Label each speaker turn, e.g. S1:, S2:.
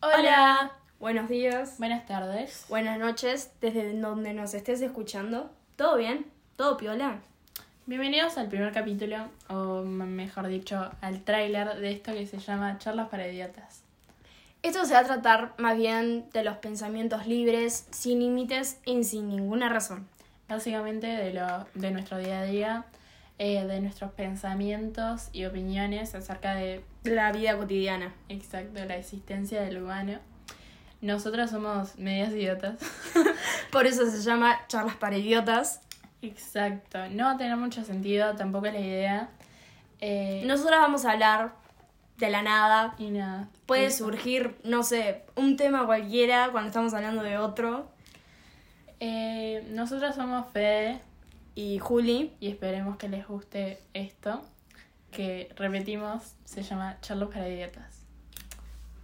S1: Hola.
S2: Buenos días.
S1: Buenas tardes.
S2: Buenas noches. Desde donde nos estés escuchando. ¿Todo bien? ¿Todo piola?
S1: Bienvenidos al primer capítulo, o m- mejor dicho, al tráiler de esto que se llama Charlas para Idiotas.
S2: Esto se va a tratar más bien de los pensamientos libres, sin límites y sin ninguna razón.
S1: Básicamente de, lo, de nuestro día a día, eh, de nuestros pensamientos y opiniones acerca de,
S2: La vida cotidiana.
S1: exacto, la existencia del humano. Nosotros somos medias idiotas.
S2: Por eso se llama charlas para idiotas.
S1: Exacto. No va a tener mucho sentido, tampoco es la idea. Eh,
S2: Nosotras vamos a hablar de la nada.
S1: Y nada. Eh,
S2: Puede
S1: Eso.
S2: surgir, no sé, un tema cualquiera cuando estamos hablando de otro.
S1: Eh, nosotros somos Fede.
S2: Y Juli,
S1: y esperemos que les guste esto que repetimos se llama charlos para idiotas